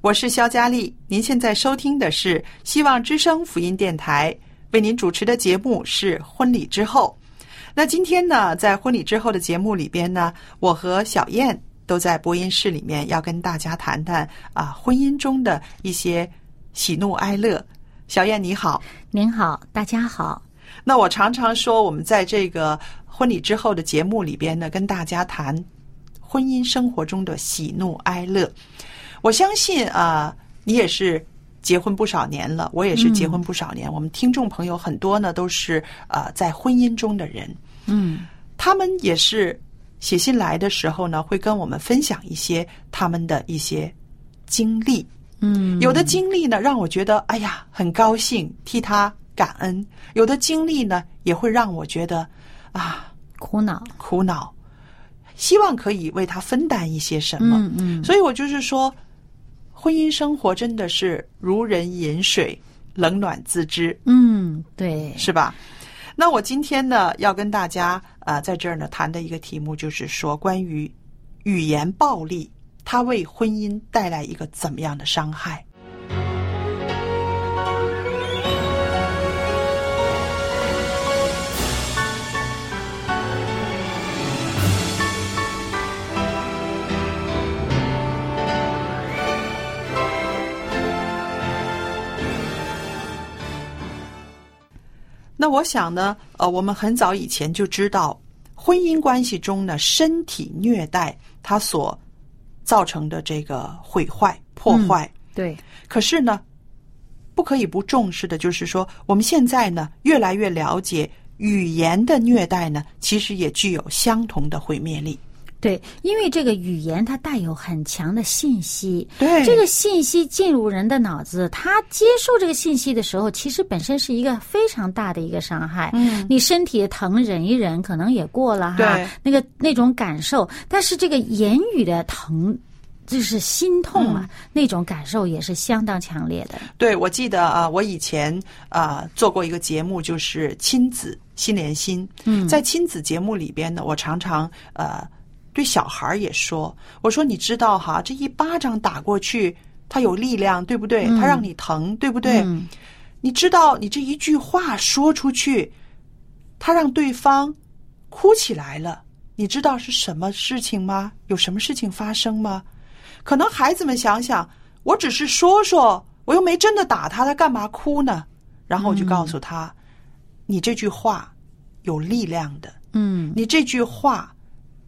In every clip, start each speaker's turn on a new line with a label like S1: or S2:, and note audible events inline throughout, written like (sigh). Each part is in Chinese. S1: 我是肖佳丽。您现在收听的是希望之声福音电台，为您主持的节目是《婚礼之后》。那今天呢，在《婚礼之后》的节目里边呢，我和小燕都在播音室里面要跟大家谈谈啊，婚姻中的一些喜怒哀乐。小燕你好，
S2: 您好，大家好。
S1: 那我常常说，我们在这个婚礼之后的节目里边呢，跟大家谈婚姻生活中的喜怒哀乐。我相信啊，你也是结婚不少年了，我也是结婚不少年。我们听众朋友很多呢，都是啊在婚姻中的人，
S2: 嗯，
S1: 他们也是写信来的时候呢，会跟我们分享一些他们的一些经历。
S2: 嗯，
S1: 有的经历呢，让我觉得哎呀很高兴，替他感恩；有的经历呢，也会让我觉得啊
S2: 苦恼。
S1: 苦恼，希望可以为他分担一些什么。
S2: 嗯嗯，
S1: 所以我就是说，婚姻生活真的是如人饮水，冷暖自知，
S2: 嗯，对，
S1: 是吧？那我今天呢，要跟大家啊、呃在这儿呢谈的一个题目，就是说关于语言暴力，它为婚姻带来一个怎么样的伤害？那我想呢，呃，我们很早以前就知道，婚姻关系中呢，身体虐待它所造成的这个毁坏、破坏，
S2: 对，
S1: 可是呢，不可以不重视的，就是说，我们现在呢，越来越了解语言的虐待呢，其实也具有相同的毁灭力。
S2: 对，因为这个语言它带有很强的信息，
S1: 对
S2: 这个信息进入人的脑子，他接受这个信息的时候，其实本身是一个非常大的一个伤害。
S1: 嗯，
S2: 你身体疼忍一忍，可能也过了哈
S1: 对，
S2: 那个那种感受，但是这个言语的疼。就是心痛啊，
S1: 嗯
S2: 那种感受也是相当强烈的。
S1: 对，我记得啊，我以前啊做过一个节目，就是亲子心连心。
S2: 嗯
S1: 在亲子节目里边呢，我常常呃对小孩儿也说，我说你知道哈，这一巴掌打过去，它有力量，对不对？它让你疼，对不对？
S2: 嗯
S1: 你知道，你这一句话说出去，它让对方哭起来了。你知道是什么事情吗？有什么事情发生吗？可能孩子们想想，我只是说说，我又没真的打他，他干嘛哭呢？然后我就告诉他，你这句话有力量的，
S2: 嗯
S1: 你这句话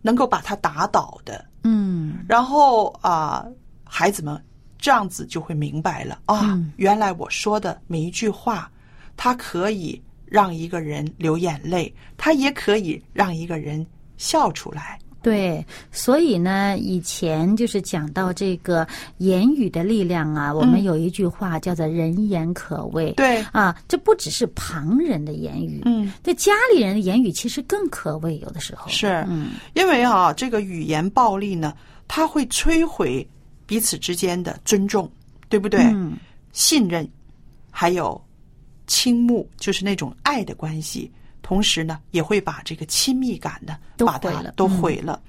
S1: 能够把他打倒的。
S2: 嗯
S1: 然后啊、孩子们这样子就会明白了啊，
S2: 嗯
S1: 原来我说的每一句话，它可以让一个人流眼泪，它也可以让一个人笑出来。
S2: 对，所以呢，以前就是讲到这个言语的力量啊，我们有一句话叫做“人言可畏”。
S1: 嗯对，
S2: 啊，这不只是旁人的言语，
S1: 嗯，
S2: 对家里人的言语其实更可畏，有的时候
S1: 是
S2: 嗯，
S1: 因为啊，这个语言暴力呢，它会摧毁彼此之间的尊重，对不对？
S2: 嗯
S1: 信任，还有倾慕，就是那种爱的关系。同时呢，也会把这个亲密感呢，
S2: 都
S1: 把它
S2: 毁了
S1: 都
S2: 嗯
S1: 毁了。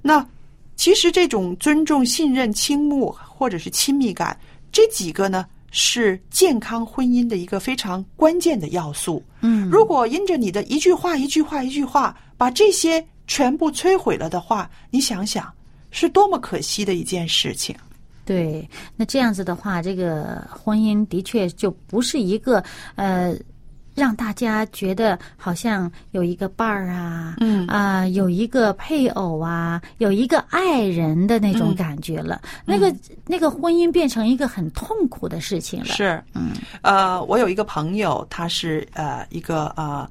S1: 那其实这种尊重、信任、倾慕或者是亲密感这几个呢，是健康婚姻的一个非常关键的要素。
S2: 嗯，
S1: 如果因着你的一句话、一句话、一句话，把这些全部摧毁了的话，你想想，是多么可惜的一件事情。
S2: 对，那这样子的话，这个婚姻的确就不是一个呃，让大家觉得好像有一个伴儿啊，
S1: 嗯
S2: 啊、有一个配偶啊，有一个爱人的那种
S1: 嗯
S2: 感觉了。那个那个婚姻变成一个很痛苦的事情了。
S1: 是，
S2: 嗯，
S1: 呃，我有一个朋友，他是呃一个呃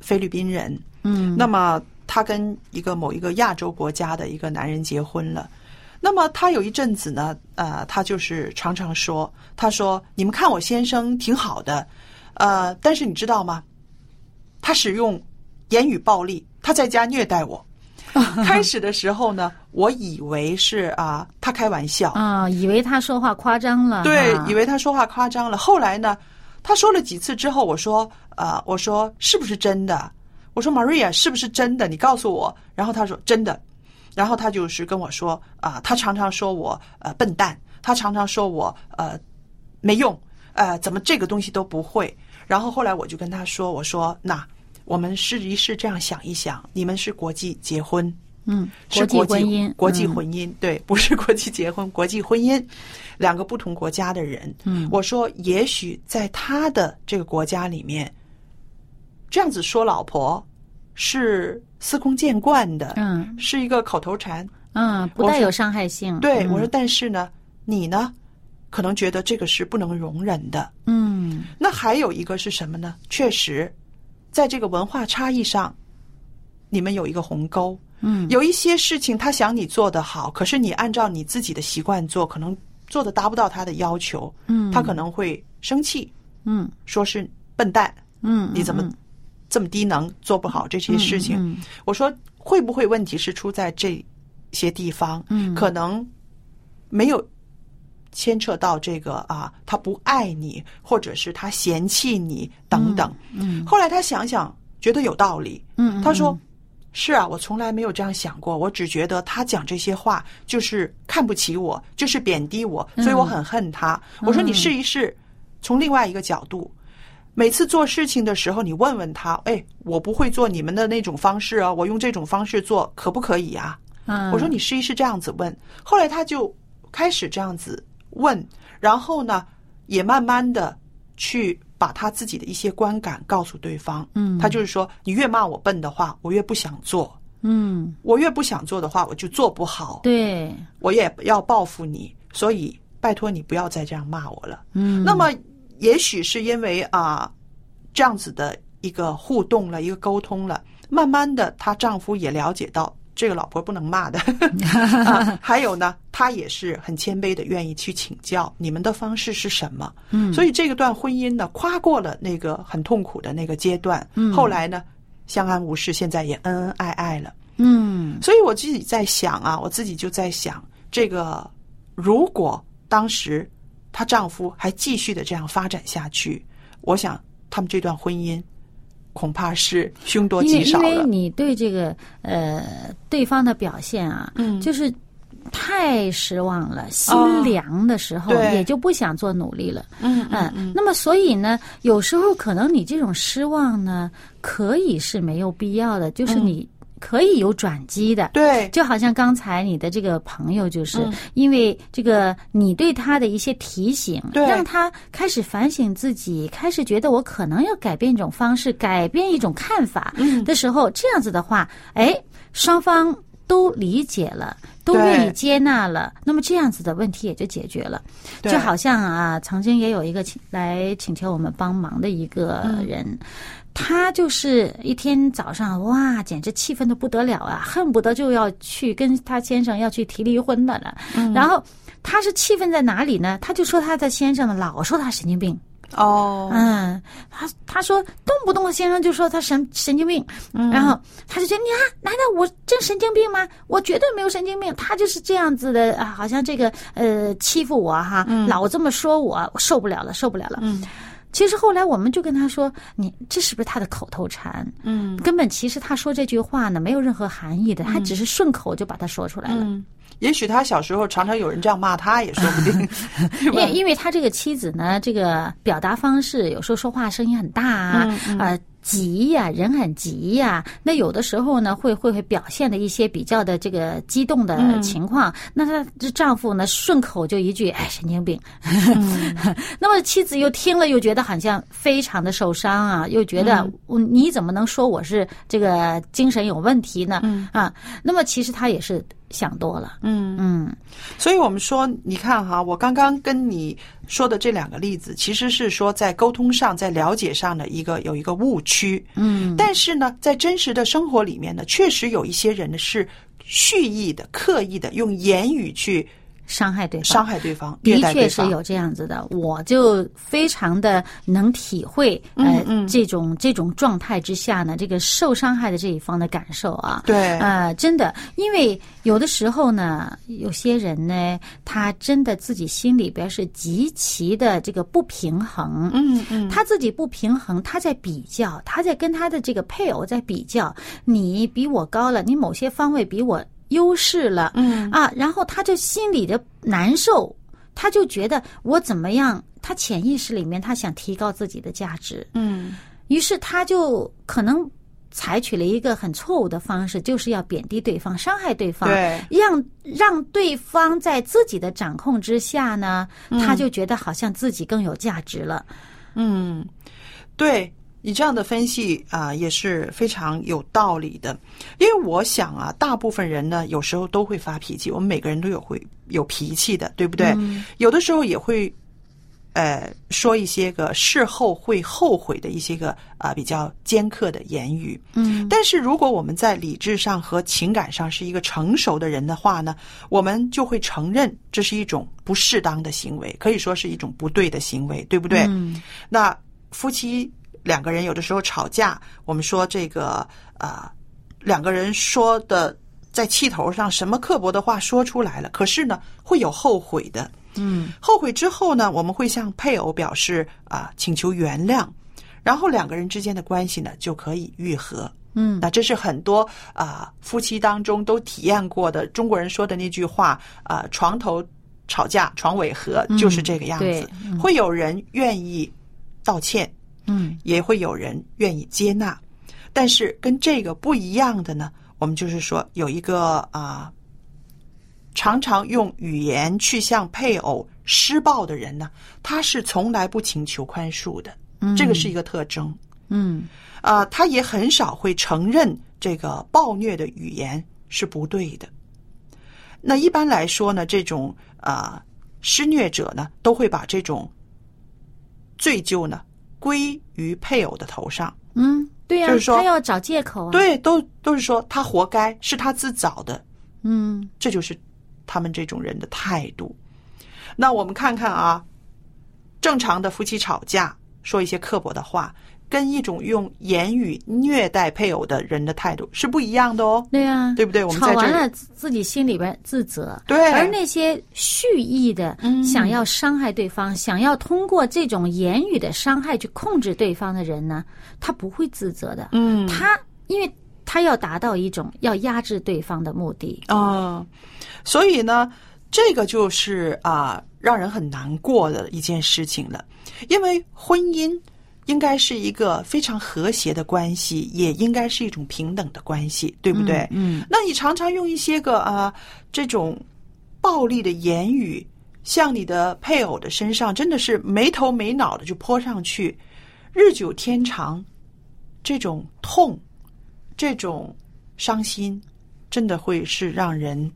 S1: 菲律宾人，
S2: 嗯，
S1: 那么他跟一个某一个亚洲国家的一个男人结婚了。那么他有一阵子呢，呃，他就是常常说，他说：“你们看我先生挺好的，呃，但是你知道吗？他使用言语暴力，他在家虐待我。
S2: (laughs)
S1: 开始的时候呢，我以为是啊，他开玩笑，
S2: 啊、以为他说话夸张了哈，啊
S1: 对，以为他说话夸张了。后来呢，他说了几次之后，我说，呃，我说是不是真的？我说 Maria 是不是真的？你告诉我。然后他说真的，然后他就是跟我说啊、他常常说我呃笨蛋，他常常说我呃没用，呃，怎么这个东西都不会？然后后来我就跟他说，我说那我们试一试，这样想一想，你们是国际结婚，
S2: 嗯，
S1: 是
S2: 际
S1: 国际
S2: 婚姻，
S1: 国际
S2: 嗯
S1: 婚姻、对，不是国际结婚，国际婚姻，两个不同国家的人。
S2: 嗯
S1: 我说，也许在他的这个国家里面，这样子说老婆是司空见惯的，
S2: 嗯
S1: 是一个口头禅。
S2: 嗯，不
S1: 我
S2: 带
S1: 说
S2: 有伤害性。
S1: 对、
S2: 嗯
S1: 我说，但是呢，你呢，可能觉得这个是不能容忍的。
S2: 嗯
S1: 那还有一个是什么呢？确实，在这个文化差异上，你们有一个鸿沟。
S2: 嗯，
S1: 有一些事情他想你做得好，可是你按照你自己的习惯做，可能做的达不到他的要求，
S2: 嗯
S1: 他可能会生气，
S2: 嗯
S1: 说是笨蛋，
S2: 嗯，
S1: 你怎么
S2: 嗯
S1: 这么低能，做不好这些事情？
S2: 嗯
S1: 我说会不会问题是出在这些地方？
S2: 嗯
S1: 可能没有牵扯到这个啊，他不爱你，或者是他嫌弃你等等。
S2: 嗯
S1: 后来他想想，觉得有道理，
S2: 嗯，嗯
S1: 他说。是啊，我从来没有这样想过。我只觉得他讲这些话就是看不起我，就是贬低我，
S2: 嗯
S1: 所以我很恨他。我说你试一试，从另外一个角度，每次做事情的时候，你问问他，哎，我不会做你们的那种方式啊，我用这种方式做可不可以啊？
S2: 嗯
S1: 我说你试一试这样子问。后来他就开始这样子问，然后呢，也慢慢的去把他自己的一些观感告诉对方。
S2: 嗯
S1: 他就是说，你越骂我笨的话，我越不想做；
S2: 嗯，
S1: 我越不想做的话，我就做不好，
S2: 对，
S1: 我也要报复你。所以拜托你不要再这样骂我了。
S2: 嗯，
S1: 那么，也许是因为啊、这样子的一个互动了，一个沟通了，慢慢的，她丈夫也了解到这个老婆不能骂的、啊还有呢，她也是很谦卑的，愿意去请教你们的方式是什么。
S2: 嗯，
S1: 所以这个段婚姻呢，跨过了那个很痛苦的那个阶段，
S2: 嗯
S1: 后来呢，相安无事，现在也恩恩爱爱了。
S2: 嗯
S1: 所以我自己在想啊，我自己就在想，这个如果当时她丈夫还继续的这样发展下去，我想他们这段婚姻恐怕是凶多
S2: 因为
S1: 吉少
S2: 因为
S1: 了。
S2: 你对这个呃对方的表现啊，
S1: 嗯
S2: 就是太失望了，心
S1: 哦
S2: 凉的时候
S1: 对
S2: 也就不想做努力了。
S1: 嗯
S2: 嗯，那么所以呢，有时候可能你这种失望呢，可以是没有必要的，就是
S1: 嗯
S2: 你可以有转机的。
S1: 对，
S2: 就好像刚才你的这个朋友，就是、
S1: 嗯
S2: 因为这个你对他的一些提醒，
S1: 对
S2: 让他开始反省自己，开始觉得我可能要改变一种方式，改变一种
S1: 嗯
S2: 看法的时候，这样子的话，哎，双方都理解了，都
S1: 对
S2: 愿意接纳了，那么这样子的问题也就解决了。
S1: 对
S2: 就好像啊，曾经也有一个请来请求我们帮忙的一个人，他就是一天早上哇，简直气愤的不得了啊，恨不得就要去跟他先生要去提离婚了呢。然后他是气愤在哪里呢？他就说他的先生老说他神经病。
S1: 哦，
S2: 嗯，他他说动不动先生就说他神神经病，然后他就觉得你看，难道我真神经病吗？我绝对没有神经病，他就是这样子的啊，好像这个呃欺负我哈，老这么说我，我受不了了，受不了了。嗯，其实后来我们就跟他说，你这是不是他的口头禅？嗯，根本其实他说这句话呢，没有任何含义的，他只是顺口就把它说出来了。
S1: 也许他小时候常常有人这样骂他，也说不
S2: (laughs)
S1: 定。对
S2: 因为
S1: 吧？
S2: 因为他这个妻子呢，这个表达方式有时候说话声音很大啊，呃。急呀、人很急呀、那有的时候呢，会会会表现的一些比较的这个激动的情况。那她这丈夫呢，顺口就一句“哎，神经病”， (laughs) 那么妻子又听了，又觉得好像非常的受伤啊，又觉得我你怎么能说我是这个精神有问题呢？啊，那么其实她也是想多了，嗯嗯，
S1: 所以我们说，你看哈，我刚刚跟你说的这两个例子，其实是说在沟通上、在了解上的一个有一个误区。嗯，但是呢，在真实的生活里面呢，确实有一些人呢是蓄意的、刻意的用言语去
S2: 伤害对方，
S1: 伤害对方、虐
S2: 的
S1: 待
S2: 确
S1: 对
S2: 是
S1: 方。
S2: 有这样子的，我就非常的能体会，呃，这种这种状态之下呢，这个受伤害的这一方的感受啊。
S1: 对，
S2: 呃，真的，因为有的时候呢，有些人呢，他真的自己心里边是极其的这个不平衡，
S1: 嗯嗯，
S2: 他自己不平衡，他在比较，他在跟他的这个配偶在比较，你比我高了，你某些方位比我优势了，嗯啊，然后他就心里的难受，他就觉得我怎么样，他潜意识里面他想提高自己的价值，
S1: 嗯，
S2: 于是他就可能采取了一个很错误的方式，就是要贬低对方，伤害对方，
S1: 对。
S2: 让让对方在自己的掌控之下呢，他就觉得好像自己更有价值了。
S1: 嗯，对你这样的分析啊、也是非常有道理的。因为我想啊，大部分人呢，有时候都会发脾气，我们每个人都有会有脾气的，对不对？有的时候也会。呃，说一些个事后会后悔的一些个啊、比较尖刻的言语，嗯，但是如果我们在理智上和情感上是一个成熟的人的话呢，我们就会承认这是一种不适当的行为，可以说是一种不对的行为，对不对？
S2: 嗯
S1: 那夫妻两个人有的时候吵架，我们说这个呃，两个人说的在气头上，什么刻薄的话说出来了，可是呢，会有后悔的。
S2: 嗯
S1: 后悔之后呢，我们会向配偶表示啊、请求原谅，然后两个人之间的关系呢就可以愈合。
S2: 嗯
S1: 那这是很多啊、夫妻当中都体验过的中国人说的那句话啊、床头吵架床尾和，就是这个样子
S2: 对。
S1: 会有人愿意道歉，
S2: 嗯
S1: 也会有人愿意接纳。但是跟这个不一样的呢，我们就是说有一个啊、常常用语言去向配偶施暴的人呢，他是从来不请求宽恕的，这个是一个特征。
S2: 嗯
S1: 啊、他也很少会承认这个暴虐的语言是不对的。那一般来说呢，这种啊、施虐者呢，都会把这种罪疚呢归于配偶的头上，
S2: 嗯，对呀、
S1: 就是说
S2: 他要找借口啊。，
S1: 对，都都是说他活该，是他自找的，
S2: 嗯
S1: 这就是他们这种人的态度。那我们看看啊，正常的夫妻吵架，说一些刻薄的话，跟一种用言语虐待配偶的人的态度是不一样的哦。
S2: 对呀、
S1: 对不对我们
S2: 吵
S1: 在这
S2: 完
S1: 里
S2: 了，自自己心里边自责。
S1: 对嗯
S2: 而那些蓄意的、想要伤害对方、想要通过这种言语的伤害去控制对方的人呢，他不会自责的。
S1: 嗯
S2: 他因为他要达到一种要压制对方的目的。
S1: 嗯，所以呢，这个就是啊、让人很难过的一件事情了，因为婚姻应该是一个非常和谐的关系，也应该是一种平等的关系，对不对？
S2: 嗯
S1: 那你常常用一些个啊这种暴力的言语，向你的配偶的身上，真的是没头没脑的就泼上去，日久天长，这种痛，这种伤心，真的会是让人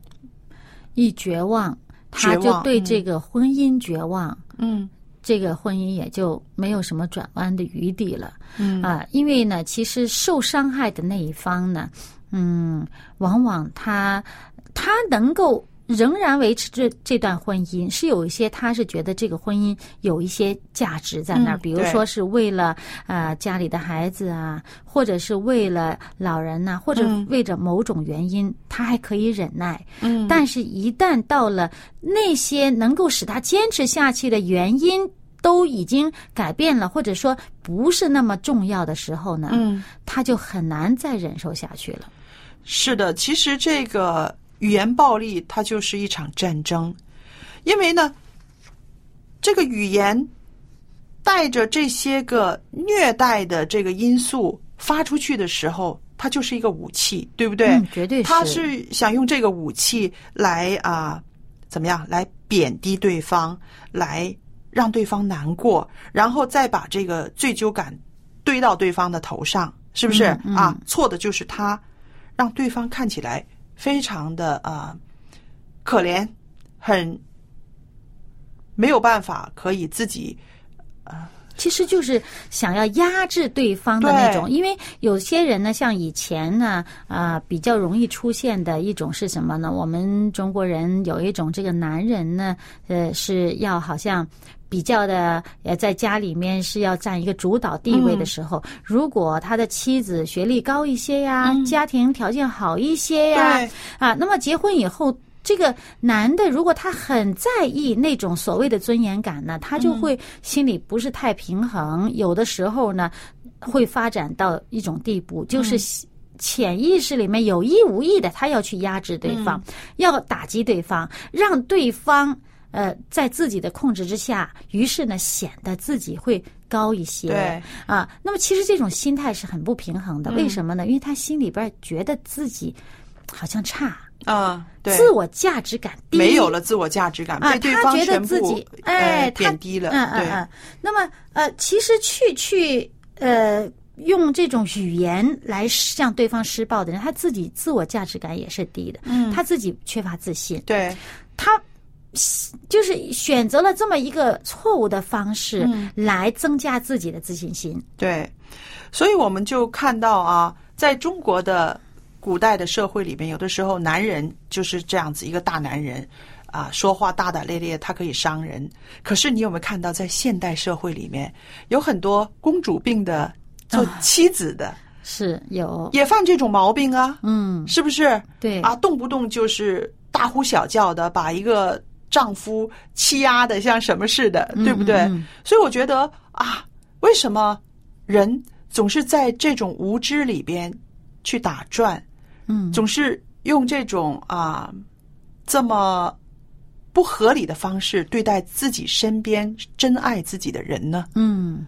S2: 一绝望，他
S1: 绝
S2: 就
S1: 望
S2: 对
S1: 嗯
S2: 这个婚姻绝望，
S1: 嗯
S2: 这个婚姻也就没有什么转弯的余地了。
S1: 嗯
S2: 啊，因为呢，其实受伤害的那一方呢，嗯，往往他他能够仍然维持这这段婚姻，是有一些他是觉得这个婚姻有一些价值在那儿，
S1: 嗯
S2: 比如
S1: 对
S2: 说是为了啊、呃家里的孩子啊，或者是为了老人呐、或者
S1: 嗯
S2: 为着某种原因，他还可以忍耐。
S1: 嗯
S2: 但是，一旦到了那些能够使他坚持下去的原因都已经改变了，或者说不是那么重要的时候呢，
S1: 嗯，
S2: 他就很难再忍受下去了。
S1: 是的，其实这个语言暴力它就是一场战争，因为呢，这个语言带着这些个虐待的这个因素发出去的时候，它就是一个武器，对不对？
S2: 嗯绝对是
S1: 他是想用这个武器来啊、怎么样？来贬低对方，来让对方难过，然后再把这个罪疚感堆到对方的头上，是不是、
S2: 嗯嗯
S1: 啊？错的就是他，让对方看起来非常的啊、可怜，很没有办法可以自己
S2: 其实就是想要压制对方的那种，
S1: 对
S2: 因为有些人呢，像以前呢，啊、比较容易出现的一种是什么呢？我们中国人有一种这个男人呢，呃，是要好像。比较的，呃，在家里面是要占一个主导地
S1: 嗯
S2: 位的时候，如果他的妻子学历高一些呀，家庭条件好一些呀，
S1: 嗯对
S2: 啊，那么结婚以后，这个男的如果他很在意那种所谓的尊严感呢，他就会心里不是太平衡，有的时候呢，会发展到一种地步，就是喜。潜意识里面有意无意的，他要去压制对方，要打击对方，让对方呃在自己的控制之下，于是呢显得自己会高一些。
S1: 对
S2: 啊，那么其实这种心态是很不平衡
S1: 嗯
S2: 的，为什么呢？因为他心里边儿觉得自己好像差，
S1: 嗯，对，
S2: 自我价值感低，
S1: 没有了自我价值感，
S2: 啊，
S1: 被对
S2: 他
S1: 方
S2: 觉得
S1: 全
S2: 自
S1: 部
S2: 己哎
S1: 呃
S2: 他
S1: 贬低了，
S2: 嗯嗯
S1: 对。
S2: 嗯。那么呃，其实去去呃。用这种语言来向对方施暴的人，他自己自我价值感也是低的，嗯，他自己缺乏自信，
S1: 对，
S2: 他就是选择了这么一个错误的方式
S1: 嗯
S2: 来增加自己的自信心。
S1: 对，所以我们就看到啊，在中国的古代的社会里面，有的时候男人就是这样子一个大男人啊，说话大大咧咧，他可以伤人。可是你有没有看到，在现代社会里面，有很多公主病的做妻子的、
S2: 是有，
S1: 也犯这种毛病啊，
S2: 嗯，
S1: 是不是？
S2: 对
S1: 啊，动不动就是大呼小叫的，把一个丈夫欺压的像什么似的，对不对？
S2: 嗯嗯
S1: 所以我觉得啊，为什么人总是在这种无知里边去打转，
S2: 嗯，
S1: 总是用这种啊这么不合理的方式对待自己身边真爱自己的人呢？
S2: 嗯，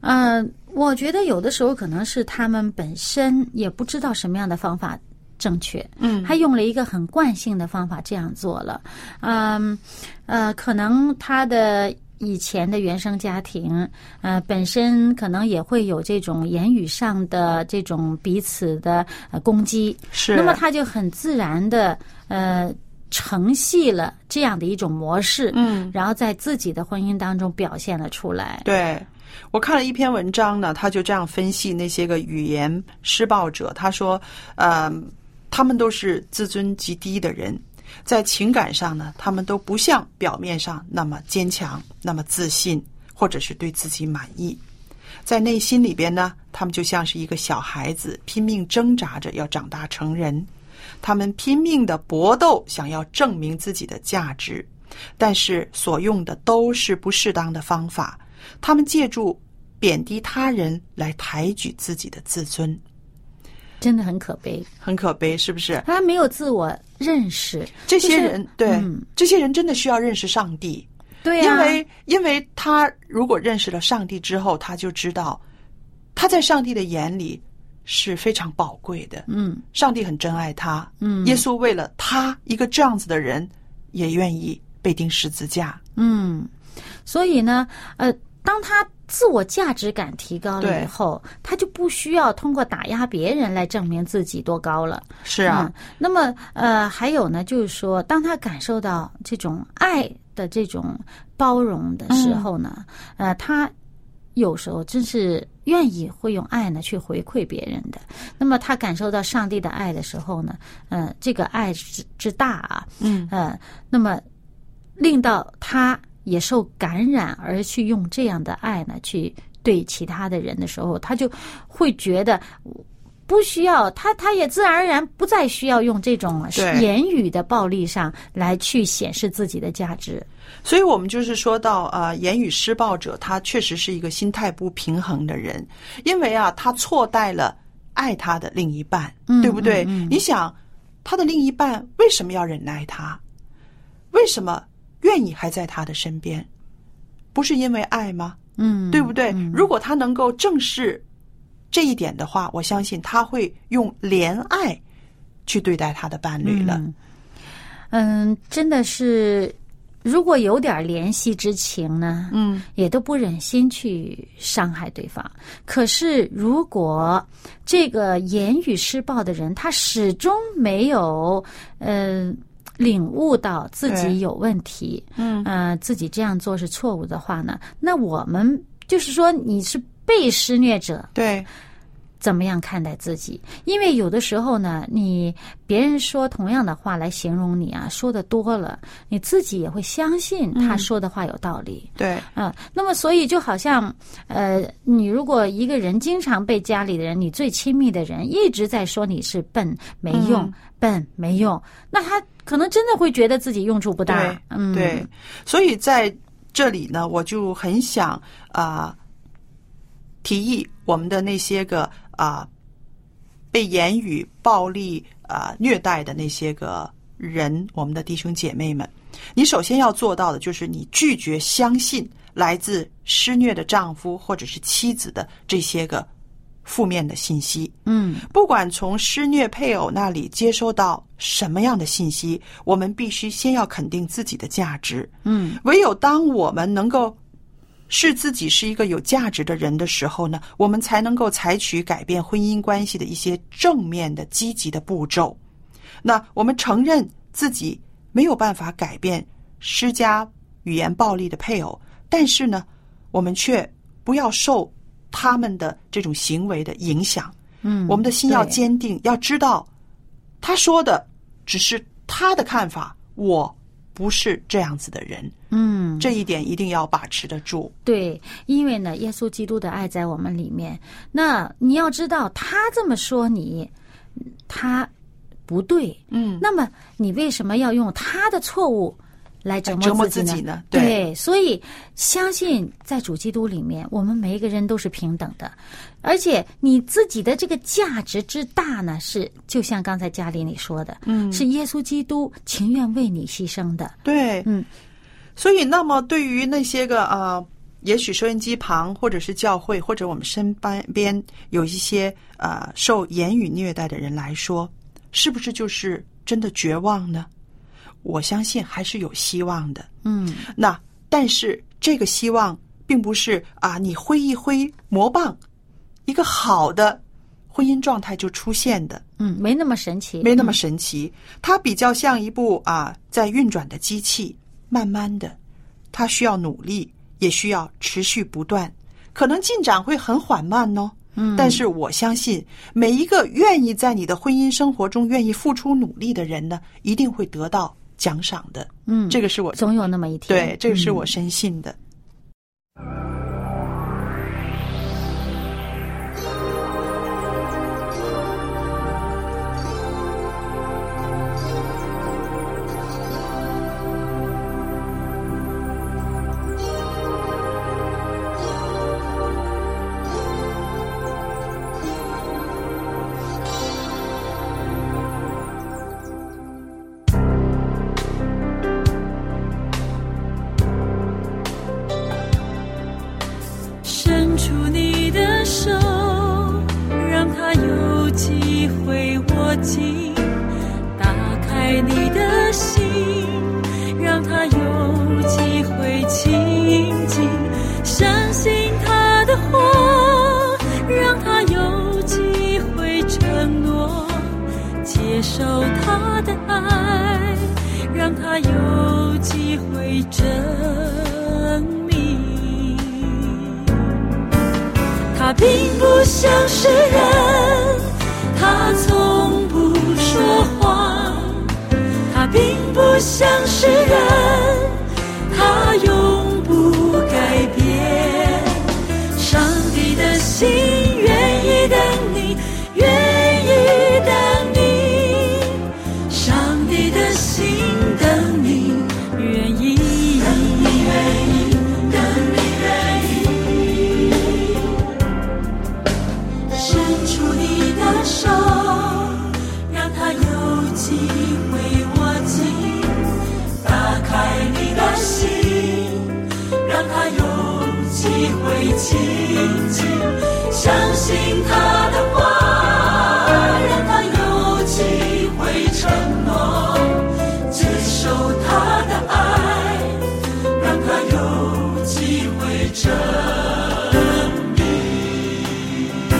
S2: 呃，我觉得有的时候可能是他们本身也不知道什么样的方法正确，
S1: 嗯
S2: 他用了一个很惯性的方法这样做了，嗯，呃，可能他的。以前的原生家庭，呃，本身可能也会有这种言语上的这种彼此的呃攻击，
S1: 是
S2: 那么他就很自然的呃承袭了这样的一种模式，
S1: 嗯，
S2: 然后在自己的婚姻当中表现了出来。
S1: 对，我看了一篇文章呢，他就这样分析那些个语言施暴者，他说，呃，他们都是自尊极低的人，在情感上呢，他们都不像表面上那么坚强、那么自信，或者是对自己满意。在内心里边呢，他们就像是一个小孩子，拼命挣扎着要长大成人。他们拼命的搏斗，想要证明自己的价值，但是所用的都是不适当的方法。他们借助贬低他人来抬举自己的自尊，
S2: 真的很可悲，
S1: 很可悲，是不是？
S2: 他没有自我认识。
S1: 这些
S2: 就是
S1: 人对、
S2: 嗯
S1: 这些人真的需要认识上帝，
S2: 对啊
S1: 因
S2: 呀、
S1: 为因为他如果认识了上帝之后，他就知道他在上帝的眼里是非常宝贵的。
S2: 嗯，
S1: 上帝很珍爱他，
S2: 嗯
S1: 耶稣为了他一个这样子的人，也愿意被钉十字架。
S2: 嗯，所以呢，呃，当他自我价值感提高了
S1: 对
S2: 以后，他就不需要通过打压别人来证明自己多高了。
S1: 是啊
S2: 嗯，那么呃，还有呢，就是说，当他感受到这种爱的这种包容的时候呢，
S1: 嗯
S2: 呃，他有时候真是愿意会用爱呢去回馈别人的。那么他感受到上帝的爱的时候呢，呃，这个爱之之大啊，
S1: 嗯，
S2: 呃，那么令到他也受感染，而去用这样的爱呢，去对其他的人的时候，他就会觉得不需要他，他也自然而然不再需要用这种
S1: 对
S2: 言语的暴力上来去显示自己的价值。
S1: 所以我们就是说到啊、呃言语施暴者他确实是一个心态不平衡的人，因为啊，他错待了爱他的另一半，
S2: 嗯
S1: 对不对？
S2: 嗯嗯
S1: 你想，他的另一半为什么要忍耐他？为什么愿意还在他的身边？不是因为爱吗？
S2: 嗯，
S1: 对不对？
S2: 嗯
S1: 如果他能够正视这一点的话，我相信他会用怜爱去对待他的伴侣了。
S2: 嗯嗯，真的是，如果有点怜惜之情呢，
S1: 嗯，
S2: 也都不忍心去伤害对方。可是，如果这个言语施暴的人，他始终没有，嗯、领悟到自
S1: 对
S2: 己有问题，
S1: 嗯，
S2: 呃，自己这样做是错误的话呢，那我们就是说你是被施虐者，
S1: 对，
S2: 怎么样看待自己？因为有的时候呢，你别人说同样的话来形容你啊，说的多了，你自己也会相信他说的话有道理。
S1: 对，
S2: 啊，那么所以就好像，呃，你如果一个人经常被家里的人、你最亲密的人一直在说你是笨没用、
S1: 嗯
S2: 笨没用，那他可能真的会觉得自己用处不大
S1: 对。
S2: 嗯，
S1: 对，所以在这里呢，我就很想啊、提议我们的那些个啊、被言语暴力啊、虐待的那些个人，我们的弟兄姐妹们，你首先要做到的就是你拒绝相信来自施虐的丈夫或者是妻子的这些个负面的信息。
S2: 嗯
S1: 不管从施虐配偶那里接收到什么样的信息，我们必须先要肯定自己的价值。
S2: 嗯
S1: 唯有当我们能够视自己是一个有价值的人的时候呢，我们才能够采取改变婚姻关系的一些正面的、积极的步骤。那我们承认自己没有办法改变施加语言暴力的配偶，但是呢，我们却不要受他们的这种行为的影响。
S2: 嗯，
S1: 我们的心要
S2: 对
S1: 坚定，要知道他说的只是他的看法，我不是这样子的人，
S2: 嗯。
S1: 这一点一定要把持得住。
S2: 对，因为呢，耶稣基督的爱在我们里面。那你要知道，他这么说你，他不对。
S1: 嗯，
S2: 那么你为什么要用他的错误来折
S1: 折磨
S2: 磨自
S1: 自己
S2: 己
S1: 呢
S2: 呢？
S1: 对
S2: 所以相信在主基督里面，我们每一个人都是平等的，而且你自己的这个价值之大呢，是就像刚才嘉玲你说的，嗯，是耶稣基督情愿为你牺牲的。
S1: 对，
S2: 嗯，
S1: 所以那么对于那些个呃，也许收音机旁或者是教会或者我们身边边有一些呃受言语虐待的人来说，是不是就是真的绝望呢？我相信还是有希望的。
S2: 嗯，
S1: 那但是这个希望并不是啊，你挥一挥魔棒，一个好的婚姻状态就出现的，
S2: 嗯，没那么神奇，
S1: 没那么神奇。它比较像一部啊在运转的机器，慢慢的，它需要努力，也需要持续不断，可能进展会很缓慢哦。嗯，但是我相信每一个愿意在你的婚姻生活中愿意付出努力的人呢，一定会得到奖赏的。
S2: 嗯，
S1: 这个是我
S2: 总有那么一天。
S1: 对，这个是
S2: 嗯
S1: 我深信的。
S3: 他有机会证明，他并不像是人，他从不说谎，他并不像是人，他永不改变。上帝的心愿意等你，愿意等你。上帝的心等你，愿意，等你愿意，等你愿意，伸出你的手，让他有机会握紧，打开你的心，让他有机会亲近，相信他的话，让他有机会承诺，接受他的爱，让他有机会证明。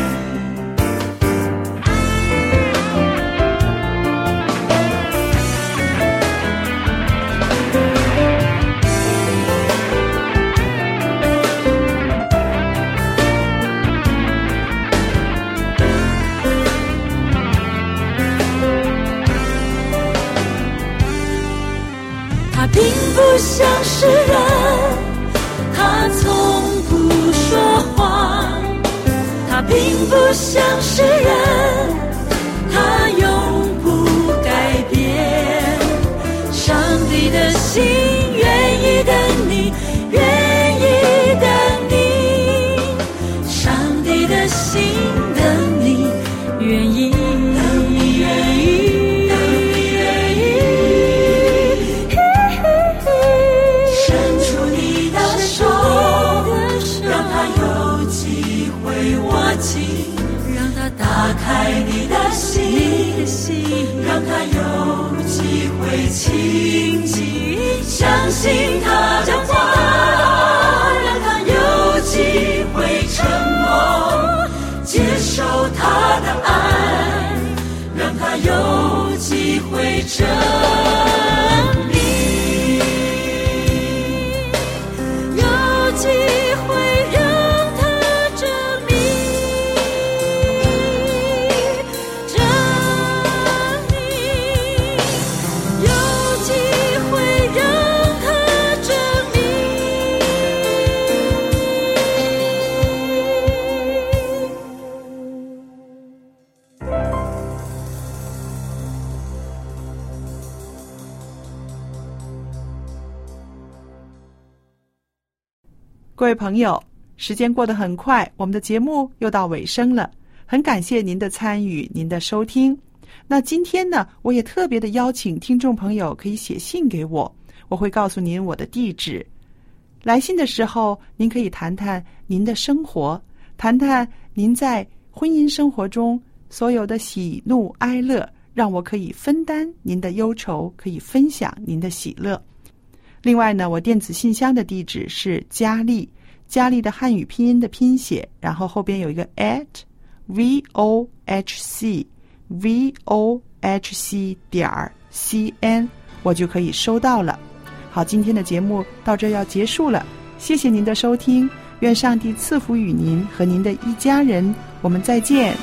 S3: 他并不像是人，他从不说谎，他并不像是人，他永不改变。上帝的心愿意等你，愿意等你，上帝的心等你，愿意。等你愿意，等你愿意，伸出你的手，让他有机会握紧，让他打开你的心，让他有机会亲近，相信他的话，让他有机会承诺，接受他的爱，让他有机会证明。有机会让他证明，证明，有机会让他证明。
S1: 各位朋友，时间过得很快，我们的节目又到尾声了，很感谢您的参与，您的收听。那今天呢，我也特别的邀请听众朋友可以写信给我，我会告诉您我的地址。来信的时候，您可以谈谈您的生活，谈谈您在婚姻生活中所有的喜怒哀乐，让我可以分担您的忧愁，可以分享您的喜乐。另外呢，我电子信箱的地址是佳丽，佳丽的汉语拼音的拼写，然后后边有一个 at v o h c v o h c 点儿 c n，我就可以收到了。好，今天的节目到这要结束了，谢谢您的收听，愿上帝赐福与您和您的一家人，我们再见。